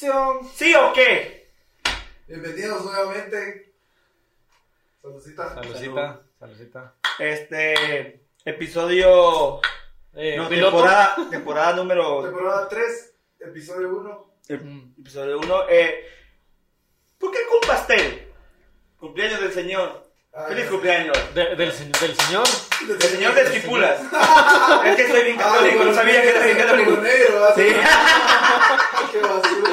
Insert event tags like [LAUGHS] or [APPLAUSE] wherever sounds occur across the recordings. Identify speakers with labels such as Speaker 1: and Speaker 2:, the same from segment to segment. Speaker 1: Acción.
Speaker 2: ¿Sí o qué?
Speaker 3: Bienvenidos nuevamente. Saludcita.
Speaker 1: Saludcita, saludcita.
Speaker 2: Este episodio,
Speaker 1: Eh,
Speaker 2: no,
Speaker 1: piloto.
Speaker 2: temporada, temporada número,
Speaker 3: Temporada 3, episodio 1.
Speaker 1: Mm.
Speaker 2: episodio 1. Eh, ¿Por qué con pastel? Cumpleaños del señor.
Speaker 3: Ah,
Speaker 2: Feliz
Speaker 3: ya.
Speaker 2: cumpleaños.
Speaker 1: De- del, señor- del señor.
Speaker 2: El señor de Esquipulas. es que soy bien
Speaker 3: Ah,
Speaker 2: católico, no
Speaker 3: con
Speaker 2: sabía que era bien
Speaker 3: negro, [LAUGHS]
Speaker 2: católico.
Speaker 3: negro, ¿verdad?
Speaker 2: Sí.
Speaker 3: Qué basura.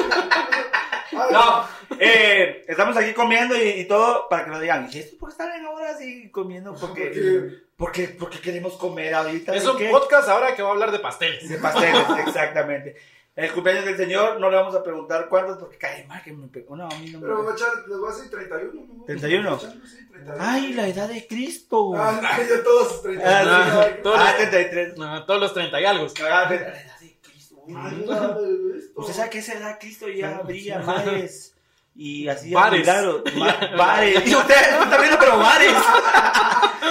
Speaker 3: Ah,
Speaker 2: No, eh, estamos aquí comiendo y, y todo para que nos digan, ¿y esto por qué están ahora así comiendo? Porque,
Speaker 3: Porque-
Speaker 2: porque, porque queremos comer ahorita.
Speaker 1: Es
Speaker 2: ¿por
Speaker 1: un
Speaker 2: qué?
Speaker 1: podcast ahora que va a hablar de pasteles.
Speaker 2: De pasteles, [LAUGHS] exactamente. El cumpleaños del señor no le vamos a preguntar cuántos porque cae mal que me pegó. No, a mí no me
Speaker 3: Pero Machar, les voy a decir 31. ¿no?
Speaker 2: 31.
Speaker 3: Sí, 31.
Speaker 2: Ay, la edad de Cristo.
Speaker 3: Ah, no, yo todos 31.
Speaker 1: Ah,
Speaker 3: Ay,
Speaker 1: todos.
Speaker 2: Ah, 33.
Speaker 1: No, todos los 30 y algo.
Speaker 2: Ah, la edad de Cristo.
Speaker 3: ay,
Speaker 2: Ay,
Speaker 3: la de esto.
Speaker 2: Usted sabe que a esa edad Cristo ya abría bares y así
Speaker 1: Bares.
Speaker 2: claro, [LAUGHS] bares. Y usted no está viendo, pero bares.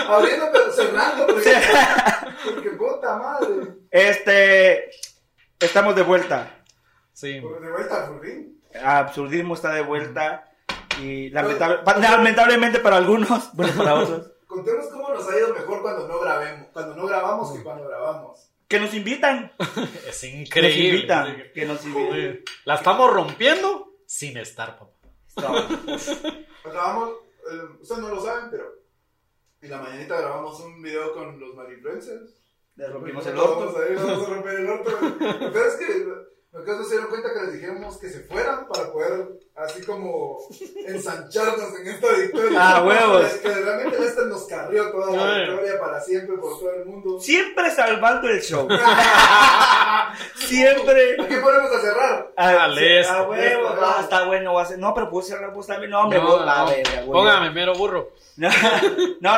Speaker 3: Abriendo,
Speaker 2: [LAUGHS]
Speaker 3: pero cerrando. Porque, porque puta madre.
Speaker 2: Este, estamos de vuelta.
Speaker 1: Sí.
Speaker 3: Porque de vuelta, por fin.
Speaker 2: Absurdismo está de vuelta y lamentable- pa- lamentablemente para algunos, bueno, para [LAUGHS] otros.
Speaker 3: Contemos cómo nos ha ido mejor cuando no grabemos. Cuando no grabamos
Speaker 2: Mm.
Speaker 3: que cuando grabamos.
Speaker 2: Que nos invitan.
Speaker 1: Es
Speaker 2: Que nos
Speaker 1: increíble.
Speaker 2: invitan. Que nos
Speaker 1: [LAUGHS]
Speaker 2: invitan.
Speaker 1: Sí. La estamos rompiendo sin estar, papá.
Speaker 2: No.
Speaker 3: Grabamos, eh, ustedes no lo saben, pero en la mañanita grabamos un video con los marinfluencers.
Speaker 2: Le rompimos el
Speaker 3: Vamos
Speaker 2: orto.
Speaker 3: a, ir, vamos a romper el orto. Pero es que los casos se dieron cuenta que les dijimos que se fueran para poder así como ensancharnos en esta victoria.
Speaker 2: Ah, huevos.
Speaker 3: Que realmente esta nos carrió toda la
Speaker 1: Ay.
Speaker 3: victoria para siempre por todo el mundo.
Speaker 2: Siempre salvando el show. Siempre.
Speaker 3: ¿A qué ponemos a cerrar?
Speaker 2: Ah,
Speaker 1: Al
Speaker 2: sí,
Speaker 1: este.
Speaker 2: ah, huevo,
Speaker 3: Este,
Speaker 2: no,
Speaker 3: ah.
Speaker 2: está bueno, va a ser- No, pero puedo cerrar vos también. No, me voy a la verga, güey.
Speaker 1: Póngame mero burro.
Speaker 2: [LAUGHS] No,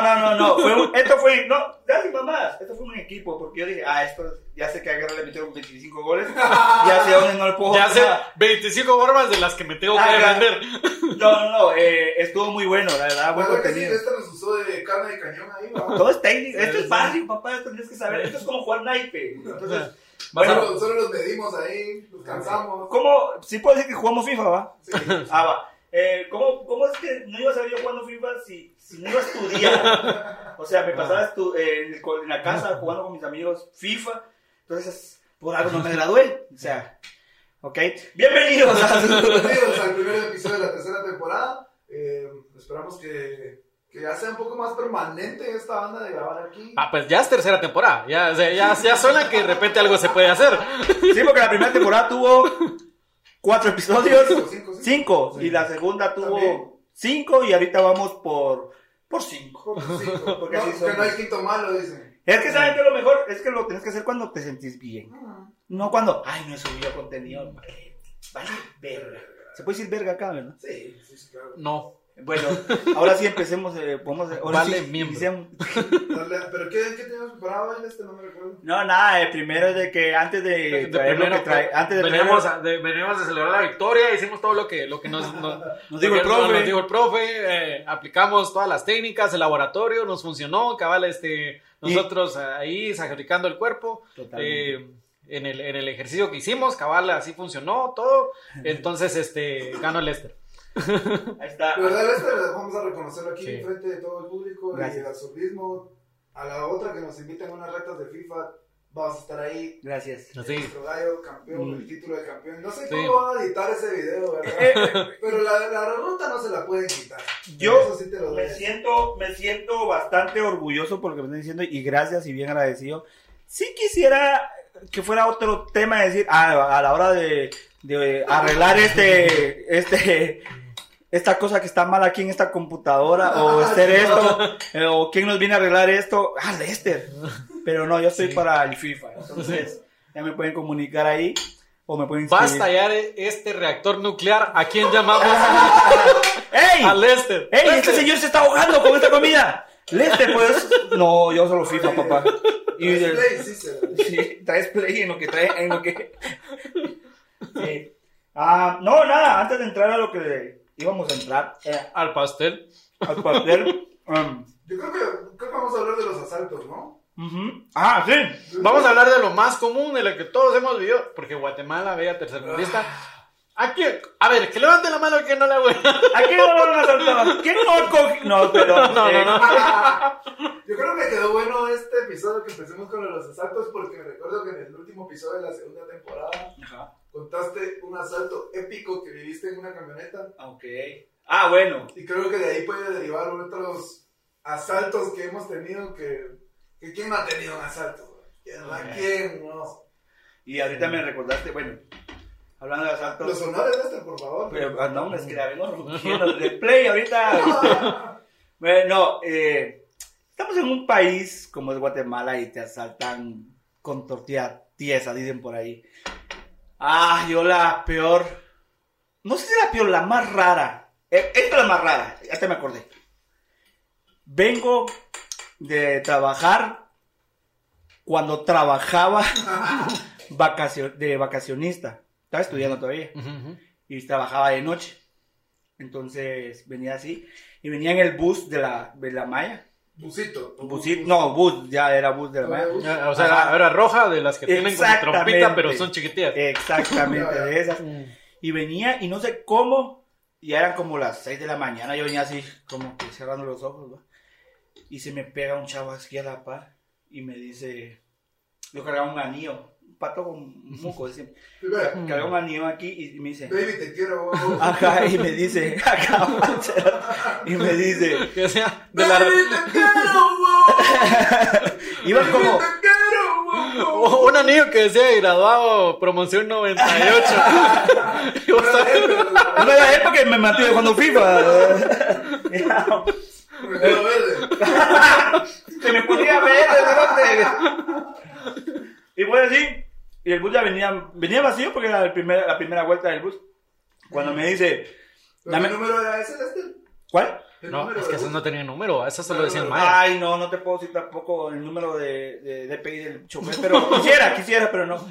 Speaker 2: no, no, no. no. Fue un- esto fue. No, ya sin mamás. Esto fue un equipo. Porque yo dije, ah, esto ya sé que a Guerra le metieron 25 goles. Ya sé dónde no le puedo
Speaker 1: Ya
Speaker 2: jugar
Speaker 1: sé
Speaker 2: nada.
Speaker 1: 25 formas de las que me tengo que
Speaker 2: Ah,
Speaker 1: defender.
Speaker 2: No, no, no. eh, estuvo muy bueno, la verdad. Ah, Buen
Speaker 3: Bueno, que sí,
Speaker 2: contenido.
Speaker 3: esta nos usó de carne de cañón ahí, ¿va?
Speaker 2: Todo es técnico. Esto
Speaker 1: Sí,
Speaker 2: es
Speaker 1: sí.
Speaker 2: fácil, papá. Tendrías que saber. Esto es como jugar naipe. Entonces,
Speaker 1: Vas a-
Speaker 3: Solo- solo los medimos ahí, nos cansamos.
Speaker 2: ¿Cómo? Sí puedo decir que jugamos FIFA, ¿va?
Speaker 3: Sí.
Speaker 2: [LAUGHS] Ah, va. Eh, ¿cómo, ¿Cómo es que no iba a saber yo jugando FIFA si, si no iba a estudiar? O sea, me pasaba estu- eh, en, el co- en la casa jugando con mis amigos FIFA. Entonces, por algo no me gradué. O sea, ¿ok? Bienvenidos a su-
Speaker 3: Bienvenidos al primer episodio de la tercera temporada. Eh, esperamos que, que ya sea un poco más permanente esta banda de grabar aquí.
Speaker 1: Ah, pues ya es tercera temporada. Ya, o sea, ya, ya suena que de repente algo se puede hacer.
Speaker 2: Sí, porque la primera temporada tuvo cuatro episodios.
Speaker 3: Cinco, cinco, cinco.
Speaker 2: Cinco. Y
Speaker 3: Sí.
Speaker 2: la segunda
Speaker 3: También.
Speaker 2: tuvo cinco. Y ahorita vamos por, por cinco. [LAUGHS]
Speaker 3: Cinco.
Speaker 2: Porque
Speaker 3: No,
Speaker 2: así
Speaker 3: que
Speaker 2: somos.
Speaker 3: no hay quinto malo, dicen.
Speaker 2: Es que saben que lo mejor es que lo tienes que hacer cuando te sentís bien. No cuando, ay, no he subido contenido. Vale, vale, verga. Se puede decir verga acá, ¿verdad?
Speaker 3: Sí, sí, sí, claro.
Speaker 1: No.
Speaker 2: Bueno, ahora sí empecemos, eh, podemos, ahora
Speaker 1: Vale,
Speaker 2: sí,
Speaker 1: miembro.
Speaker 2: iniciamos.
Speaker 3: Dale, Pero ¿qué, qué teníamos preparado en este? No me recuerdo.
Speaker 2: No, nada, eh, primero es de que antes de traer lo que trae, antes de traer,
Speaker 1: veníamos, a, de- veníamos a celebrar la victoria, hicimos todo lo que, lo que nos, nos,
Speaker 2: nos dijo el
Speaker 1: lo que nos-
Speaker 2: profe.
Speaker 1: nos dijo el profe, eh, aplicamos todas las técnicas, el laboratorio nos funcionó, cabal, este,
Speaker 2: Y-
Speaker 1: nosotros ahí sacrificando el cuerpo.
Speaker 2: Totalmente.
Speaker 1: eh, en, el, en el ejercicio que hicimos, cabal, así funcionó todo. Entonces, este, ganó el Lester.
Speaker 2: Ahí está.
Speaker 3: Pero dale, este lo vamos a reconocerlo aquí
Speaker 1: Sí.
Speaker 3: en frente de todo el público
Speaker 2: Gracias.
Speaker 3: y al absurdismo. A la otra que nos inviten a unas retas de FIFA, vamos a estar ahí.
Speaker 2: Gracias.
Speaker 1: Así.
Speaker 3: Nuestro gallo campeón,
Speaker 2: Mm.
Speaker 3: el título de campeón. No sé
Speaker 1: Sí.
Speaker 3: cómo van a editar ese video, ¿verdad?
Speaker 2: Eh, eh,
Speaker 3: [LAUGHS] Pero la, la ruta no se la pueden quitar.
Speaker 2: yo
Speaker 3: Eso sí te lo doy.
Speaker 2: me siento, me siento bastante orgulloso porque me están diciendo y gracias y bien agradecido. Sí quisiera que fuera otro tema de decir ah, a la hora de, de arreglar este, este, esta cosa que está mal aquí en esta computadora o hacer esto eh, o quién nos viene a arreglar esto. Ah, Lester. Pero no, yo estoy
Speaker 1: Sí.
Speaker 2: para el FIFA, entonces ya me pueden comunicar ahí o me pueden.
Speaker 1: Va a
Speaker 2: escribir.
Speaker 1: estallar este reactor nuclear. ¿A quién llamamos?
Speaker 2: [LAUGHS] ¡Ey!
Speaker 1: A Lester.
Speaker 2: ¡Ey, este
Speaker 1: Lester.
Speaker 2: señor se está ahogando con esta comida! Lester, pues. No, yo solo FIFA, papá. Y
Speaker 3: Así
Speaker 2: de-
Speaker 3: le hiciste.
Speaker 2: sí, traes play en lo que trae, en lo que. Sí. Ah, no, nada, antes de entrar a lo que íbamos a entrar, eh,
Speaker 1: Al pastel.
Speaker 2: al pastel. um,
Speaker 3: Yo creo que, creo que vamos a hablar de los asaltos, ¿no?
Speaker 2: ujú. Ah, sí.
Speaker 3: [LAUGHS]
Speaker 1: Vamos a hablar de lo más común, de lo que todos hemos vivido. Porque Guatemala, bella tercermundista.
Speaker 2: Ah.
Speaker 1: ¿A quién? A ver, que levante la mano que no la güey.
Speaker 2: ¿A quién no lo van a soltar? ¿Quién no cogió? No, pero.
Speaker 1: [LAUGHS]
Speaker 2: eh,
Speaker 1: No, no, no.
Speaker 3: Yo creo que quedó bueno este episodio que empecemos con lo de los asaltos porque recuerdo que en el último episodio de la segunda temporada
Speaker 2: Ajá.
Speaker 3: contaste un asalto épico que viviste en una camioneta
Speaker 2: Ah, Ok. Ah, bueno.
Speaker 3: y creo que de ahí puede derivar otros asaltos que hemos tenido que... que ¿Quién no ha tenido un asalto? güey? ¿Quién, no?
Speaker 1: Eh.
Speaker 2: Ok.
Speaker 3: ¿Quién no?
Speaker 2: Y ahorita me recordaste, bueno, hablando de asaltos.
Speaker 3: Los honores, Lester, por favor.
Speaker 2: Pero, ah, no, es que la vengo rugiendo de play
Speaker 1: [LAUGHS]
Speaker 2: ahorita.
Speaker 1: ah,
Speaker 2: Bueno, eh, estamos en un país como es Guatemala y te asaltan con tortilla tiesa, dicen por ahí. Ah, yo la peor, no sé si la peor, la más rara. Eh, Esta es la más rara, hasta me acordé. Vengo de trabajar cuando trabajaba [LAUGHS] vacacio- de vacacionista. Estaba estudiando todavía y trabajaba de noche. Entonces venía así y venía en el bus de la, de la Maya.
Speaker 3: Busito.
Speaker 2: Busito- no, bus, ya era bus de la Maya.
Speaker 1: O sea, era, era roja de las que tienen como
Speaker 2: Exactamente.
Speaker 1: trompita, pero son chiquititas.
Speaker 2: [LAUGHS] Exactamente, de esas.
Speaker 1: Mm.
Speaker 2: Y venía y no sé cómo, ya eran como las 6 de la mañana, yo venía así como que cerrando los ojos, ¿va? y se me pega un chavo así a la par y me dice, yo cargaba un anillo, un pato con un muco, decía,
Speaker 3: Primero,
Speaker 2: cargaba un anillo aquí y- y me dice, [LAUGHS]
Speaker 3: Baby, te quiero. güey.
Speaker 2: Ajá, y me dice, [LAUGHS] acá, [LAUGHS] y me dice,
Speaker 1: Que sea [LAUGHS] de la-
Speaker 3: Baby, te
Speaker 1: [LAUGHS]
Speaker 3: quiero,
Speaker 2: iba
Speaker 3: güey.
Speaker 2: como,
Speaker 3: Baby, te quiero, güey.
Speaker 1: o- un anillo que decía graduado promoción 98. Y vos sabés,
Speaker 2: no me da él porque me mantuve cuando pues. FIFA.
Speaker 3: Primero verde.
Speaker 2: [LAUGHS] Se me podía ver de dónde. Y fue así, y el bus ya venía, venía vacío porque era el primer- la primera vuelta del bus. Cuando me dice,
Speaker 3: Pero
Speaker 2: Dame-
Speaker 3: ¿Qué número era ese, Lester?
Speaker 2: ¿cuál?
Speaker 3: El
Speaker 1: no,
Speaker 3: número
Speaker 1: es
Speaker 3: de
Speaker 1: que esas
Speaker 3: bus.
Speaker 1: no tenían número, esas solo
Speaker 3: No,
Speaker 1: decían
Speaker 3: no,
Speaker 1: Maya.
Speaker 2: Ay, no, no te puedo decir tampoco el número de, de DPI del chofer, pero quisiera, quisiera, pero no.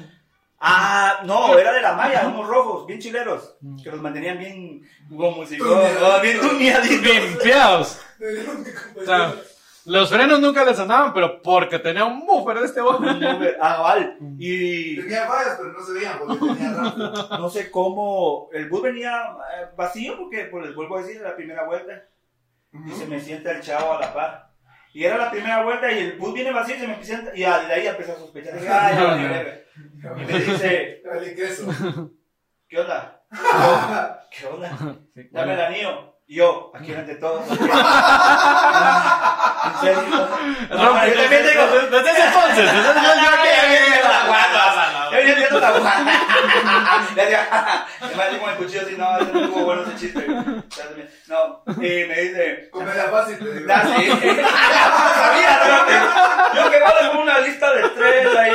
Speaker 2: Ah, no, era de la malla, unos rojos, bien chileros, que los mantenían bien como si
Speaker 3: Tuneaditos.
Speaker 2: bien tuneaditos.
Speaker 1: Limpiados.
Speaker 3: Me dijo mi compañero.
Speaker 1: O sea, los frenos nunca les andaban, pero porque tenía un buffer de este bono.
Speaker 2: Ah, vale. Y
Speaker 3: Tenía fallas, pero no se veían porque
Speaker 1: [LAUGHS]
Speaker 3: tenía rastro.
Speaker 2: no sé cómo, el bus venía eh, vacío porque, pues les vuelvo a decir, era la primera vuelta. y se me sienta el chavo a la par. Y era la primera vuelta y el bus viene vacío y se me sienta. Y ah, de ahí empecé a sospechar. Dije, "Ay, ya valió verga". y me dice,
Speaker 3: Dale queso.
Speaker 2: ¿qué onda? [LAUGHS] Y yo, ¿Qué onda? Dame el anillo. Y yo, aquí ante todos. [LAUGHS] ¿En serio? No, pero yo también digo,
Speaker 1: desde ese entonces, desde ese
Speaker 2: yo, yo, yo, yo, yo, yo, la
Speaker 1: entonces.
Speaker 2: guardo, yo, yo, yo, la guardo. [LAUGHS] Le hacía, me metí con el cuchillo así, no, ese no estuvo bueno ese chiste. No, y me dice,
Speaker 3: Comedia Pues fácil, te
Speaker 2: [LAUGHS]
Speaker 3: digo.
Speaker 2: Ya, Ah, sí. Sabía, ¿no? Yo que vale con una lista de tres ahí.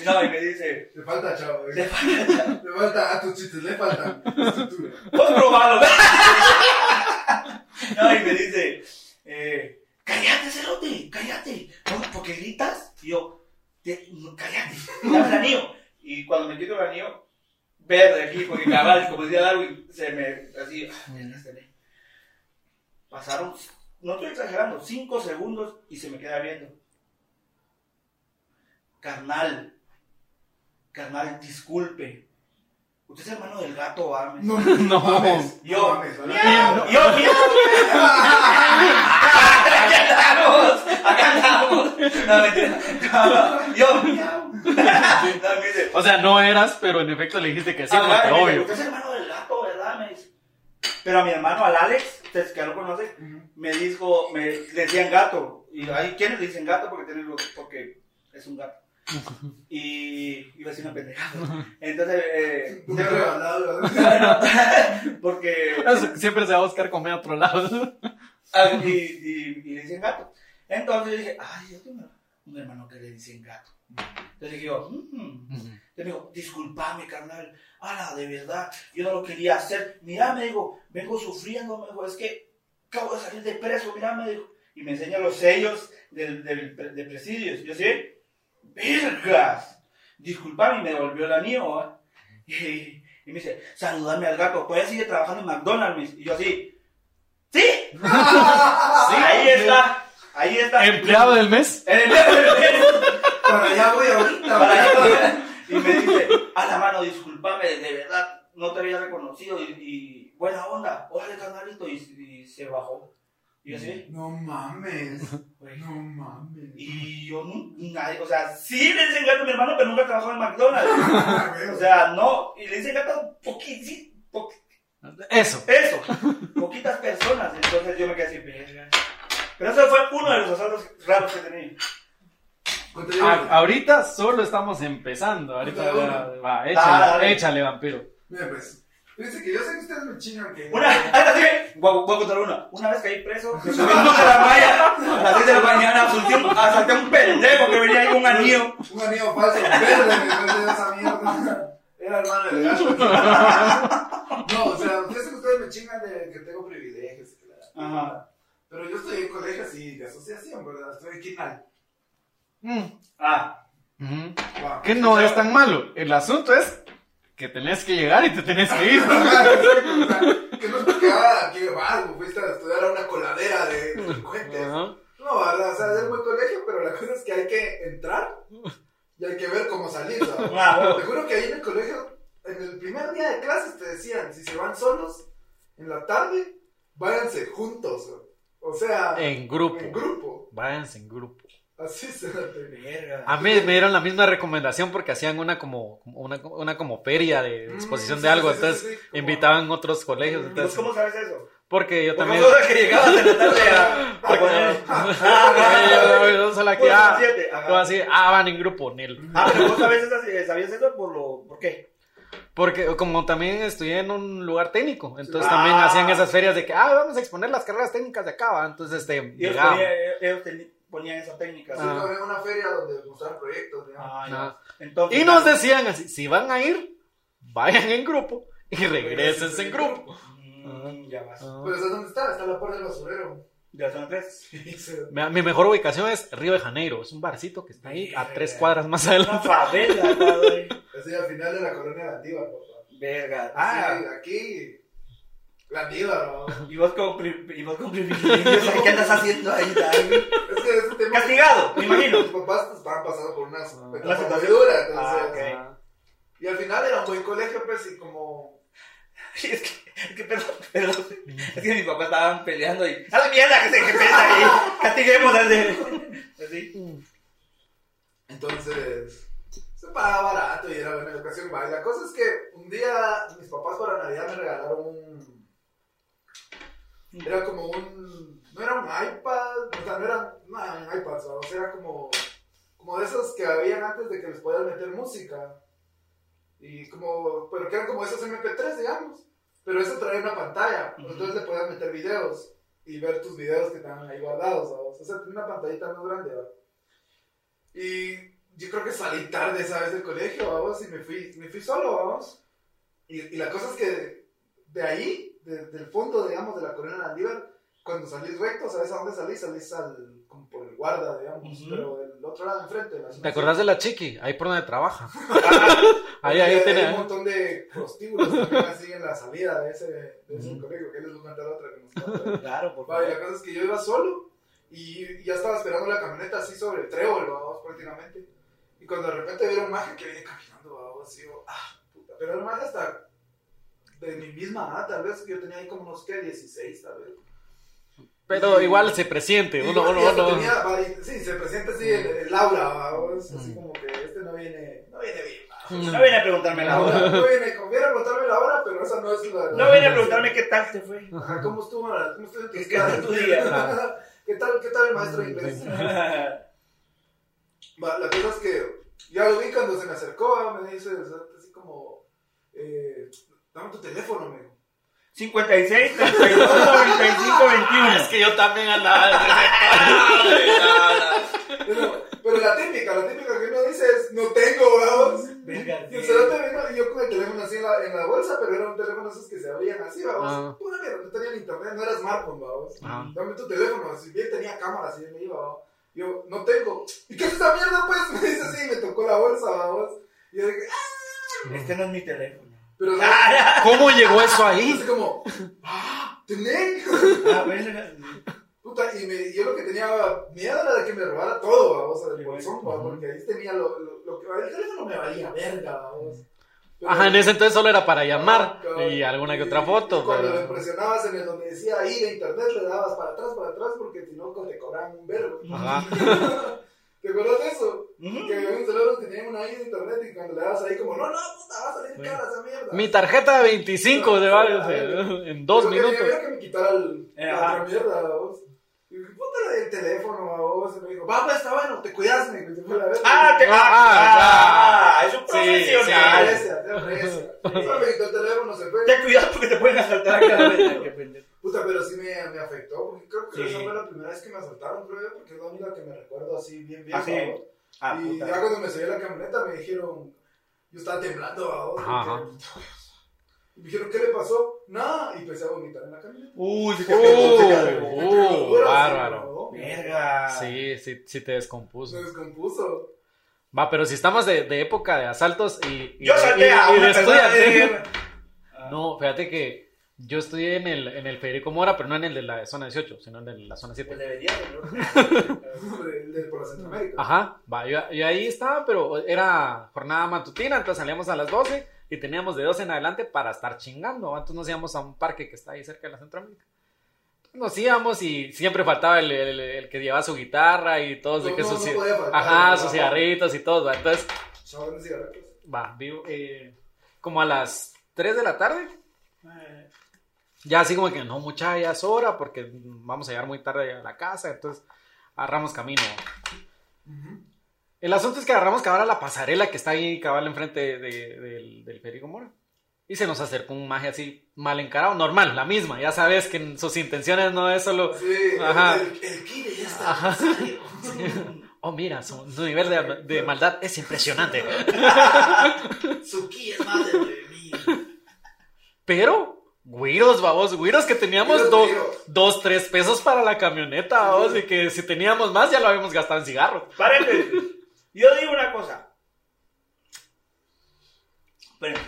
Speaker 2: Y No, y me dice,
Speaker 3: Te falta, chavo. güey.
Speaker 2: Le
Speaker 3: Te falta, a tus chistes le falta estructura.
Speaker 2: vos probado. No, y me dice, eh, cállate, cerote, cállate. No, porque gritas. Y yo, "Te- no, cállate, [LAUGHS] dame el anillo. Y cuando me quito el anillo, verde aquí, porque cabal, como decía Darwin, se me, así, ah, en este me- pasaron, no estoy exagerando, cinco segundos y se me queda viendo. Carnal, carnal, disculpe. Usted es hermano del gato, ¿va? Me dice.
Speaker 3: [LAUGHS] No, no mames.
Speaker 2: Yo.
Speaker 3: No mames, ¿vale?
Speaker 2: ¡Miau! Yo, miau. Acá andamos, acá andamos. No, mentira. No, Yo, miau. No, me dice,
Speaker 1: O sea, no eras, pero en efecto le dijiste que sí,
Speaker 2: ah,
Speaker 1: porque
Speaker 2: me dice,
Speaker 1: obvio.
Speaker 2: usted es hermano del gato, ¿verdad? Me dice. Pero a mi hermano, al Alex, ustedes que ya lo conocen, me dijo, me le decían gato. Y hay quienes le dicen gato porque tienen los- porque es un gato. Y iba a decir una pendejada. Entonces,
Speaker 3: [LAUGHS]
Speaker 2: eh,
Speaker 3: Un regalado, ¿vale?
Speaker 2: porque
Speaker 1: Eso Siempre se va a buscar comer a otro lado.
Speaker 2: Ah, y, y, y le dicen gato. Entonces yo dije, ay, yo tengo un hermano que le dicen gato. Entonces dije yo, mm. Entonces me dijo, disculpame, carnal, ala, de verdad, yo no lo quería hacer. Mira, me dijo, vengo sufriendo, me dijo, es que acabo de salir de preso, mira, me dijo. Y me enseña los sellos del, del, de presidios. Yo sí, vergas, disculpame, y me devolvió el anillo. ¿va? Y, y me dice, saludame al gato, pues sigue trabajando en McDonald's. Y yo así, sí, Sí, ahí está. Ahí está.
Speaker 1: Empleado del mes.
Speaker 2: En el empleado del mes.
Speaker 3: [LAUGHS] Para allá voy ahorita.
Speaker 2: Para
Speaker 3: güey.
Speaker 2: allá. Y me dice, a la mano, discúlpame, de verdad. no te había reconocido y, y buena onda, órale carnalito, y, y se bajó. Y yo así,
Speaker 3: No mames.
Speaker 2: güey.
Speaker 3: No mames.
Speaker 2: Y yo nu- nadie, o sea, sí le hice gato a mi hermano, pero nunca trabajó en McDonald's.
Speaker 3: [LAUGHS] Ah, güey,
Speaker 2: O sea, no, y le hice gato poquísimo,
Speaker 1: Eso.
Speaker 2: eso, poquitas personas. Entonces yo me quedé así, verga. Pero eso fue uno de los asaltos raros que tenía.
Speaker 3: ¿Cuánto llevas?
Speaker 1: A- ahorita solo estamos empezando. Ahorita
Speaker 3: Dale,
Speaker 1: va,
Speaker 3: dale.
Speaker 1: va,
Speaker 2: Dale,
Speaker 1: échale,
Speaker 2: dale.
Speaker 1: échale, vampiro.
Speaker 3: Mira, pues. Fíjense que yo sé que ustedes me chingan que.
Speaker 2: Una, ahora sí, voy, voy a contar una. Una vez caí [LAUGHS] preso, subiendo de la malla, a las 6 de la mañana, asalté un, asalté a un pendejo que venía ahí con un anillo.
Speaker 3: Un anillo falso, verde, después de esa mierda. Era hermano del gato. No, o sea, yo sé que ustedes me chingan de que tengo privilegios. que la-
Speaker 2: Ajá.
Speaker 3: Pero yo estoy en colegios y de asociación, ¿verdad? Estoy en Quinal.
Speaker 1: Mm.
Speaker 2: Ah,
Speaker 1: Ujú.
Speaker 3: Wow.
Speaker 1: Que no
Speaker 3: [LAUGHS]
Speaker 1: es tan malo. El asunto es que tenés que llegar y te tenés que [LAUGHS] ir.
Speaker 3: que no te quedaba aquí algo, fuiste a estudiar a una coladera de delincuentes.
Speaker 1: Ajá.
Speaker 3: No, ¿verdad? o sea, es buen colegio, pero la cosa es que hay que entrar y hay que ver cómo salir.
Speaker 1: [LAUGHS]
Speaker 3: ¿sabes?
Speaker 2: ah,
Speaker 3: Te juro que ahí en el colegio, en el primer día de clases te decían, si se van solos, en la tarde, váyanse juntos. ¿no? O sea,
Speaker 1: En grupo.
Speaker 3: en grupo.
Speaker 1: Váyanse en grupo.
Speaker 3: Así se
Speaker 2: verga.
Speaker 1: A mí me dieron la misma recomendación porque hacían una como una, una como feria de exposición de algo. Entonces invitaban otros colegios.
Speaker 2: Pues,
Speaker 1: Entonces,
Speaker 2: ¿Cómo sabes eso?
Speaker 1: porque yo
Speaker 2: Porque
Speaker 1: también. [LAUGHS] Eh,
Speaker 2: vosotros [LAUGHS] que llegabas en la tarde a, a poner. Ah,
Speaker 1: Yo solo aquí,
Speaker 2: Puro
Speaker 1: ah,
Speaker 2: Ah, siete, ajá.
Speaker 1: todo así, ah, van en grupo, Nel.
Speaker 2: Ah, pero vos sabés esas- eh, sabías eso por lo. ¿Por qué?
Speaker 1: Porque como también estudié en un lugar técnico, entonces
Speaker 2: Ah.
Speaker 1: también hacían esas ferias de que, ah, vamos a exponer las carreras técnicas de acá, ¿va? entonces este,
Speaker 2: Ellos,
Speaker 1: llegaba.
Speaker 2: ponían, ellos teni- ponían esa técnica.
Speaker 3: Sí,
Speaker 2: ¿sí?
Speaker 1: Ah.
Speaker 3: en una feria donde mostraban proyectos. digamos.
Speaker 2: Ah, ya.
Speaker 1: Ajá.
Speaker 2: Entonces,
Speaker 1: Y nos decían así, si van a ir, vayan en grupo y regresense en grupo.
Speaker 2: Mm, ya vas.
Speaker 3: Pero ¿sabes dónde está? Está en la puerta del basurero. [LAUGHS]
Speaker 2: Ya son tres.
Speaker 1: Mi, mi mejor ubicación es Río de Janeiro, es un barcito que está ahí a tres cuadras más
Speaker 2: Una
Speaker 1: adelante.
Speaker 2: favela, padre. [LAUGHS]
Speaker 3: Así al final de la colonia nativa, papá.
Speaker 2: Verga.
Speaker 3: Ah,
Speaker 2: Ah,
Speaker 3: aquí. La diva, ¿no?
Speaker 2: y vos con, pri- y vos con [LAUGHS] privilegios. ¿Qué andas haciendo ahí, David?
Speaker 3: Es que ese
Speaker 1: [LAUGHS]
Speaker 3: tema.
Speaker 2: Castigado, me imagino.
Speaker 3: Tus papás te estaban pasando por una etapa
Speaker 2: Una
Speaker 3: muy
Speaker 2: situación.
Speaker 3: dura, entonces.
Speaker 2: [LAUGHS] Ah, ok.
Speaker 3: Y al final era un buen colegio, pues, y como.
Speaker 2: Sí, Es que, es que, perdón, perdón. Es que mis papás estaban peleando y. ¡A la mierda! ¡Que se que pesa ahí! ¡Castiguemos! Así. Así.
Speaker 3: Entonces. Se pagaba barato y era buena educación. va. Y la cosa es que un día mis papás para Navidad me regalaron un. Era como un. No era un iPad, o sea, no era no, era un iPad, o sea, era como. Como de esos que habían antes de que les podías meter música. Y como. Pero que eran como esos MP3, digamos. Pero eso traía una pantalla,
Speaker 2: Ujú.
Speaker 3: entonces le podías meter videos y ver tus videos que estaban ahí guardados, ¿sabes? O sea, tenía una pantallita más grande, ¿verdad? Y yo creo que salí tarde esa vez del colegio, vamos, y me fui, me fui solo, vamos. Y, y la cosa es que de ahí, de- del fondo, digamos, de la colonia Landívar, cuando salís recto, ¿sabes a dónde salís? Salís al, como por el guarda, digamos,
Speaker 2: Ujú.
Speaker 3: pero del otro lado enfrente. de la
Speaker 1: ¿Te
Speaker 3: zona
Speaker 1: acordás de la chiqui? Ahí por donde trabaja.
Speaker 3: sur.
Speaker 1: [LAUGHS] Ahí, ahí
Speaker 3: Hay
Speaker 1: tiene.
Speaker 3: un montón de prostíbulos también así en la salida de ese, de ese colegio, que les voy a contar otra que nos cuenta.
Speaker 2: Claro, por
Speaker 3: Va, y
Speaker 2: favor.
Speaker 3: la cosa es que yo iba solo y y ya estaba esperando la camioneta así sobre el trébol, vamos, prácticamente. Y cuando de repente vieron un maje que viene caminando, vamos, y yo, ah, puta. Pero el maje hasta de mi misma edad, tal vez, que yo tenía ahí como unos, ¿qué? 16, tal vez.
Speaker 1: Pero
Speaker 3: Y-
Speaker 1: igual se presiente.
Speaker 3: Y
Speaker 1: Uno,
Speaker 3: bueno,
Speaker 1: uno,
Speaker 3: y hasta
Speaker 1: uno.
Speaker 3: tenía- va, y- sí, se presenta así el, el aura, vamos, así
Speaker 1: Mm.
Speaker 3: como que este no viene, no viene bien, va.
Speaker 2: No viene a preguntarme la hora.
Speaker 3: Ahora, no viene, conviene preguntarme la hora, pero esa no es la... la-
Speaker 2: No viene a preguntarme qué tal te [LAUGHS] fue.
Speaker 3: Ajá, ¿cómo estuvo, la- cómo estuvo tu
Speaker 2: ¿Qué tal
Speaker 3: tarde?
Speaker 2: tu
Speaker 3: [LAUGHS]
Speaker 2: día?
Speaker 3: ¿Qué tal, qué tal el maestro de inglés? Va, La cosa es que ya lo vi cuando se me acercó, ah, me dice, o sea, así como, eh, dame tu teléfono, me dijo.
Speaker 2: 56, 32, 95, 21.
Speaker 1: Es que yo también andaba
Speaker 3: Pero, pero la típica, la típica que uno dice es, no tengo, vamos.
Speaker 2: Verga,
Speaker 3: Y el cerote vino y yo con el teléfono así en la, en la bolsa, pero era un teléfono esos que se abrían así, vamos.
Speaker 1: Ah.
Speaker 3: Pura mierda, no tenía ni internet, no era smartphone, vamos.
Speaker 1: Ah.
Speaker 3: Dame tu teléfono, si bien tenía cámara, así me iba, vamos. Yo, no tengo. ¿Y qué es esa mierda, pues? Me dice así, y me tocó la bolsa, vamos. Y yo dije, ah,
Speaker 2: Este no es mi teléfono.
Speaker 3: pero...
Speaker 2: Ah.
Speaker 1: ¿Cómo llegó eso
Speaker 3: Y
Speaker 1: ahí?
Speaker 3: así como, ¡ah! ¿Tené?
Speaker 2: Ah, verga.
Speaker 3: Puta, y me- yo lo que tenía miedo era de que me robara todo, vamos, del bolsón, va, porque ahí tenía lo, lo, lo que. El teléfono me valía verga, vamos. Pero-
Speaker 1: Ajá, en ese entonces solo era para llamar
Speaker 3: Ah, cabrón.
Speaker 1: y alguna que otra
Speaker 3: Y
Speaker 1: foto.
Speaker 3: Cuando
Speaker 1: pero-
Speaker 3: lo presionabas en el donde decía ir a internet, le dabas para atrás, para atrás, porque si no co- te cobraban un verbo.
Speaker 1: Ajá.
Speaker 3: [LAUGHS] ¿Te acuerdas de eso?
Speaker 2: Ujú.
Speaker 3: Que había un celular que tenía una I de internet y cuando le dabas ahí como, no, no, puta, va a salir cara esa mierda.
Speaker 1: Mi tarjeta de 25 de varios,
Speaker 3: Ajá.
Speaker 1: eh, en dos
Speaker 3: Yo quería
Speaker 1: minutos.
Speaker 3: ver que me quitara el, la
Speaker 4: Ajá.
Speaker 3: otra mierda, vos. Y dije, puta el teléfono, vos. Y me dijo, va, pues está bueno, te cuidas, me dijo, y se fue a la verga.
Speaker 2: Ah, te
Speaker 1: Ah, ah,
Speaker 2: ah, es un
Speaker 1: sí,
Speaker 3: Te
Speaker 2: profesional.
Speaker 3: aprecia, te aprecia. Solo me quitó el teléfono, se fue.
Speaker 2: Ten cuidado porque te pueden asaltar cada vez.
Speaker 1: [LAUGHS]
Speaker 2: Qué pendejo.
Speaker 3: Puta, pero sí me, me afectó, porque creo que
Speaker 2: Sí.
Speaker 3: esa fue la primera vez que me asaltaron, creo yo, porque es la única que me recuerdo así bien bien.
Speaker 4: Ah, sí.
Speaker 3: ¿sabes?
Speaker 4: Ah,
Speaker 3: y
Speaker 4: puta.
Speaker 3: ya cuando me subí a la camioneta me dijeron, yo estaba temblando, ¿sabes?
Speaker 1: Ajá, ajá.
Speaker 3: Y me dijeron, ¿qué le pasó? Nada, y empecé a vomitar en la camioneta.
Speaker 2: Uy, se te pegó, se te pegó.
Speaker 3: [LAUGHS]
Speaker 1: Uh, uh, bárbaro.
Speaker 2: Verga.
Speaker 1: Ah. Sí, sí, sí te descompuso.
Speaker 3: Se descompuso.
Speaker 1: Va, pero si estamos de, de época de asaltos y, y
Speaker 2: Yo
Speaker 1: de-
Speaker 2: salté
Speaker 1: y-
Speaker 2: a
Speaker 1: y de
Speaker 2: una persona
Speaker 1: estudiante.
Speaker 2: de...
Speaker 1: No, fíjate que yo estudié en el, en el Federico Mora, pero no en el de la zona 18, sino en el de la zona 7.
Speaker 2: Pues debería, [LAUGHS] ¿no?
Speaker 3: El de por la Centroamérica.
Speaker 1: Ajá, va, yo, yo ahí estaba, pero era jornada matutina, entonces salíamos a las 12 y teníamos de 12 en adelante para estar chingando. ¿va? Entonces nos íbamos a un parque que está ahí cerca de la Centroamérica. Nos íbamos y siempre faltaba el, el- el que llevaba su guitarra y todos, y
Speaker 3: No,
Speaker 1: que
Speaker 3: no,
Speaker 1: sus,
Speaker 3: no
Speaker 1: ci-
Speaker 3: podía faltar,
Speaker 1: ajá,
Speaker 3: ¿no?
Speaker 1: sus cigarritos y todo. ¿va? Entonces,
Speaker 3: Chabón de cigarrillos.
Speaker 1: va, vivo, eh, como a las 3 de la tarde, ya así como que no, mucha, ya es hora porque vamos a llegar muy tarde a la casa, entonces agarramos camino. El asunto es que agarramos cabal a la pasarela que está ahí cabal enfrente de- de- del, del Federico Mora. Y se nos acercó un maje así mal encarado, normal, la misma. Ya sabes que en sus intenciones no es solo,
Speaker 3: Sí,
Speaker 1: Ajá.
Speaker 3: el, el kine ya está.
Speaker 1: Ajá. oh mira, su, su nivel de, de maldad es impresionante.
Speaker 3: Su ki es más de 9000.
Speaker 1: Pero, güiros, babos, güiros que teníamos
Speaker 3: Güiros,
Speaker 1: do-
Speaker 3: [LAUGHS] güiros.
Speaker 1: dos, tres pesos para la camioneta, babos, y que si teníamos más ya lo habíamos gastado en cigarros.
Speaker 2: Párate. Yo digo una cosa. Bueno,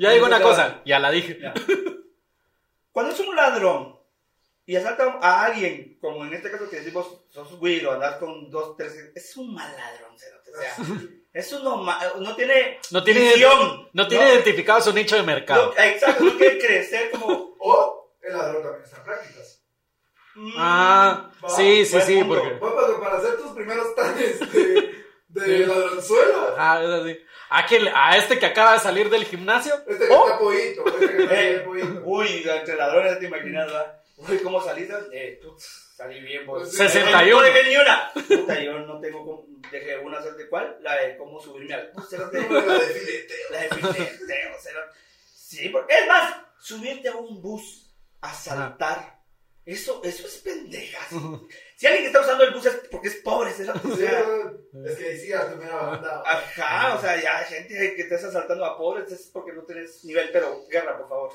Speaker 1: Ya digo una cosa, ya la dije.
Speaker 2: ya. Cuando es un ladrón y asalta a alguien, como en este caso que decimos, sos güiro, andás con dos, tres, es un mal ladrón, cerote, o sea, es uno ma- no tiene
Speaker 1: No tiene,
Speaker 2: visión,
Speaker 1: no tiene identificado su nicho de mercado.
Speaker 2: no- exacto, no quiere crecer
Speaker 1: [LAUGHS]
Speaker 2: como
Speaker 3: O el ladrón también está en prácticas.
Speaker 2: mm,
Speaker 1: Ah,
Speaker 3: Va,
Speaker 1: sí, sí,
Speaker 2: buen
Speaker 1: sí,
Speaker 2: punto.
Speaker 1: porque.
Speaker 3: Papá, pero para hacer tus primeros tanes de, de ladronzuela.
Speaker 1: Ah, es así. ¿A, quién le- a este que acaba de salir del gimnasio.
Speaker 3: Este que
Speaker 1: Oh, Uh.
Speaker 3: está pollito, este que
Speaker 2: Eh,
Speaker 3: está pollito.
Speaker 2: Uy, entre ladrones te imaginas, ¿verdad? Uy, ¿cómo saliste? Eh, tú, salí bien, vos.
Speaker 3: Pues,
Speaker 1: 61.
Speaker 2: No dejé ni una. Puta, yo no tengo como, dejé una, ¿sabes de cuál? La de cómo subirme al bus, cerote.
Speaker 3: [LAUGHS] La de
Speaker 1: [LAUGHS]
Speaker 3: filete.
Speaker 2: La de fitnesseo, cerote. Sí, porque, es más, subirte a un bus, a saltar, eso, eso es pendejas. Si alguien está usando el bus es porque es pobre, cerote, o
Speaker 3: Sí,
Speaker 2: sea,
Speaker 3: es que decía la primera banda.
Speaker 2: Ajá, o sea, ya hay gente que estás asaltando a pobres es porque no tienes nivel, pero guerra, por favor.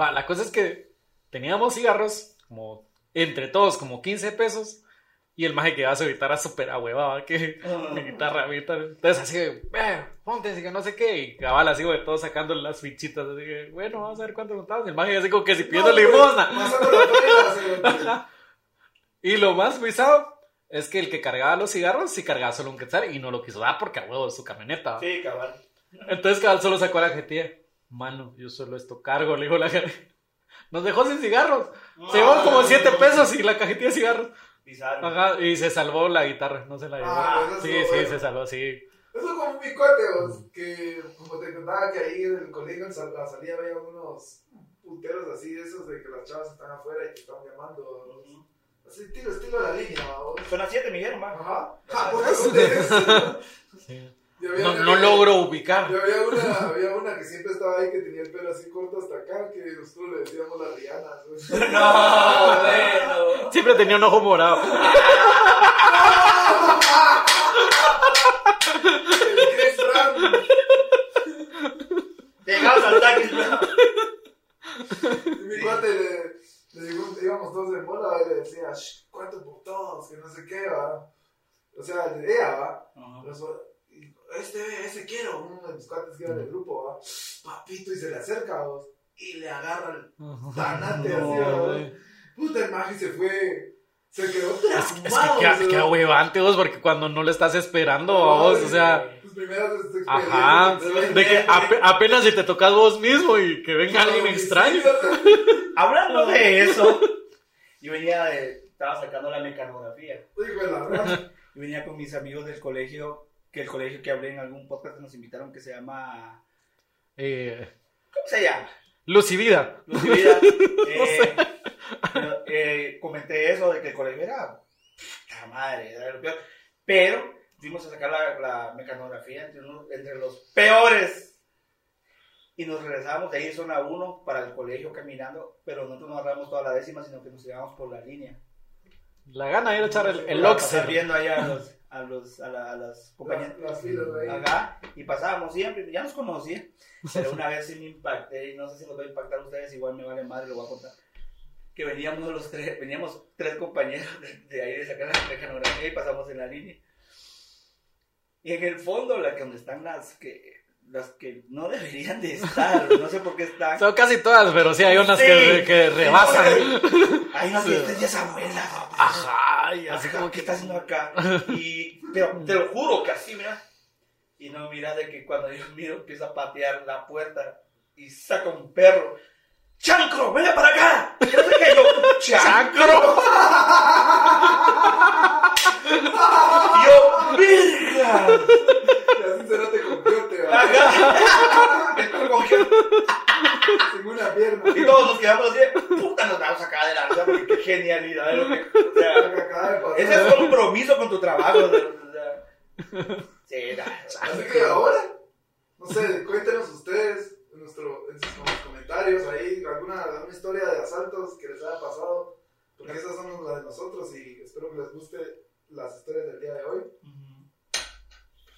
Speaker 1: Va, la cosa es que teníamos cigarros, como entre todos, como 15 pesos. Y el maje que iba a su guitarra súper ahuevaba, que [LAUGHS] mi guitarra, mi guitarra. Entonces así de, "Ve, ponte, así que no sé qué. Y cabal, así de todos sacando las fichitas. Así que, bueno, vamos a ver cuánto juntamos. Y El maje así como que si pidiendo
Speaker 3: No, pues,
Speaker 1: limosna.
Speaker 3: pasando la prueba, se lo-
Speaker 1: Y lo más pisado es que el que cargaba los cigarros, sí cargaba solo un quetzal y no lo quiso dar porque a huevo es su camioneta.
Speaker 2: Sí, cabal.
Speaker 1: Entonces cabal solo sacó a la jetilla. Mano, yo solo esto cargo, le dijo la gente. Nos dejó sin cigarros. Se llevó como
Speaker 3: Ah.
Speaker 1: 7 pesos y la cajetilla de cigarros.
Speaker 2: Pisaron.
Speaker 1: Ajá, y se salvó la guitarra, no se la llevó.
Speaker 3: Ah, eso
Speaker 1: sí,
Speaker 3: estuvo
Speaker 1: sí,
Speaker 3: bueno.
Speaker 1: se salvó, sí.
Speaker 3: Eso es como mi cuate, vos, que como te contaba que ahí en el colegio en sal- la salida había unos punteros así, de esos de que las chavas están afuera y te están llamando. vos. Así, estilo, estilo la línea, vos.
Speaker 2: Son las 7, mi hermano.
Speaker 1: [LAUGHS]
Speaker 3: Ajá. [LAUGHS] Ja, por eso te-
Speaker 1: Ah, sí.
Speaker 3: Y había
Speaker 1: No,
Speaker 3: una
Speaker 1: no
Speaker 3: que-
Speaker 1: logro
Speaker 3: Y
Speaker 1: ubicar.
Speaker 3: había una, había una que siempre estaba ahí que tenía el pelo así corto hasta acá, que nosotros le decíamos la Rihanna.
Speaker 1: [LAUGHS]
Speaker 3: ¿no?
Speaker 2: No,
Speaker 3: [LAUGHS]
Speaker 2: bueno.
Speaker 1: Siempre tenía un
Speaker 3: [LAUGHS]
Speaker 1: ojo morado.
Speaker 3: El Chris Brown.
Speaker 2: Llegamos al taxi. ¿no?
Speaker 3: Y mi cuate le, le digo, íbamos todos en bola y le decía, "Shh, ¿cuánto por todos? Que no sé qué, va. O sea, le idea, va. Pero so- y, Este, ese quiero, uno de mis cuates que era del grupo, va. Papito, y se le acerca, vos.
Speaker 1: [LAUGHS]
Speaker 3: Y le agarra el tanate así, va. Puta, el maje se fue. Se quedó
Speaker 1: Es que, es
Speaker 3: traumado,
Speaker 1: que queda-
Speaker 3: o sea,
Speaker 1: queda huevante vos, porque cuando no le estás esperando a vos, o sea,
Speaker 3: Tus primeras experiencias
Speaker 1: ajá,
Speaker 3: sexuales.
Speaker 1: de que ape- apenas si te tocas vos mismo y que venga alguien extraño.
Speaker 2: Hablando de eso, yo venía de. Estaba sacando la mecanografía.
Speaker 3: Hijo de la gran-
Speaker 2: Yo venía con mis amigos del colegio, que el colegio que hablé en algún podcast nos invitaron que se llama.
Speaker 1: Eh,
Speaker 2: ¿Cómo se llama?
Speaker 1: luz y vida.
Speaker 2: Lucivida. Eh, pero, eh, comenté eso de que el colegio era. puta madre, era lo peor. Pero fuimos a sacar la, la mecanografía entre, uno- entre los peores. Y nos regresábamos de ahí en zona 1 para el colegio caminando, pero nosotros no agarramos toda la décima, sino que nos llevábamos por la línea.
Speaker 1: La gana era echar el, el
Speaker 2: Para pasar
Speaker 1: Oxer.
Speaker 2: viendo ahí a, los, a, los, a, la- a las compañías.
Speaker 3: las- las filas de ahí.
Speaker 2: Acá, y pasábamos siempre, ya nos conocía, pero una vez sí me impacté, y no sé si los va a impactar a ustedes, igual me vale madre, lo voy a contar. Que veníamos los tres, veníamos tres compañeros de, de ahí de sacar la mecanografía y pasamos en la línea. Y en el fondo, la que donde están las que las que no deberían de estar, no sé por qué
Speaker 1: [LAUGHS]
Speaker 2: están.
Speaker 1: Son casi todas, pero sí hay unas
Speaker 2: Sí.
Speaker 1: que, que rebasan.
Speaker 2: Ahí no sé, esta ya es abuela. papá.
Speaker 1: Ajá, y así
Speaker 2: Ajá,
Speaker 1: como
Speaker 2: ¿qué
Speaker 1: que
Speaker 2: está haciendo
Speaker 1: [LAUGHS]
Speaker 2: acá? Y, pero te lo juro que así, mira. Y no, mira, de que cuando yo miro empieza a patear la puerta y saca un perro. ¡Chancro, venga para acá! Y no sé qué, yo,
Speaker 1: ¡Chancro!
Speaker 2: Y yo, ¡virga!
Speaker 3: Y así se no te convierte, ¿va?
Speaker 2: Acá. El perro como que-
Speaker 3: Sin una pierna.
Speaker 2: Y todos nos quedamos así, de, puta, nos vamos acá de la risa, porque qué genialidad. es lo que- o sea,
Speaker 3: Lo que acaba de pasar.
Speaker 2: ese es compromiso con tu trabajo. o sea, [LAUGHS] sí, da.
Speaker 3: Así que ahora, no sé, cuéntenos ustedes en, nuestro, en sus en los comentarios ahí alguna, alguna historia de asaltos que les haya pasado, porque esas son las de nosotros y espero que les guste las historias del día de hoy.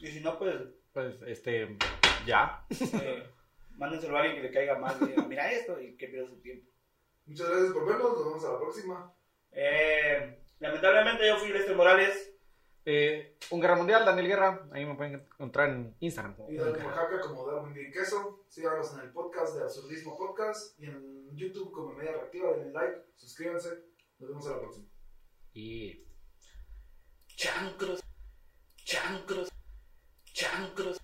Speaker 2: Y si no, pues...
Speaker 1: Pues, este, ya.
Speaker 2: Eh, mándenselo a alguien que le caiga mal. y diga, Mira esto y que pierda su tiempo.
Speaker 3: Muchas gracias por vernos, nos vemos a la próxima.
Speaker 2: Eh, lamentablemente yo fui Lester Morales.
Speaker 1: Eh, un Guerra Mundial, Daniel Guerra. Ahí me pueden encontrar en Instagram.
Speaker 3: Y Dani Oaxaca como Darwin Bien Queso. Síganos en el podcast de Absurdismo Podcast y en YouTube como Media Reactiva. Denle like, suscríbanse. Nos vemos a la próxima.
Speaker 1: Y
Speaker 2: Chancros. Chancros. Chancros.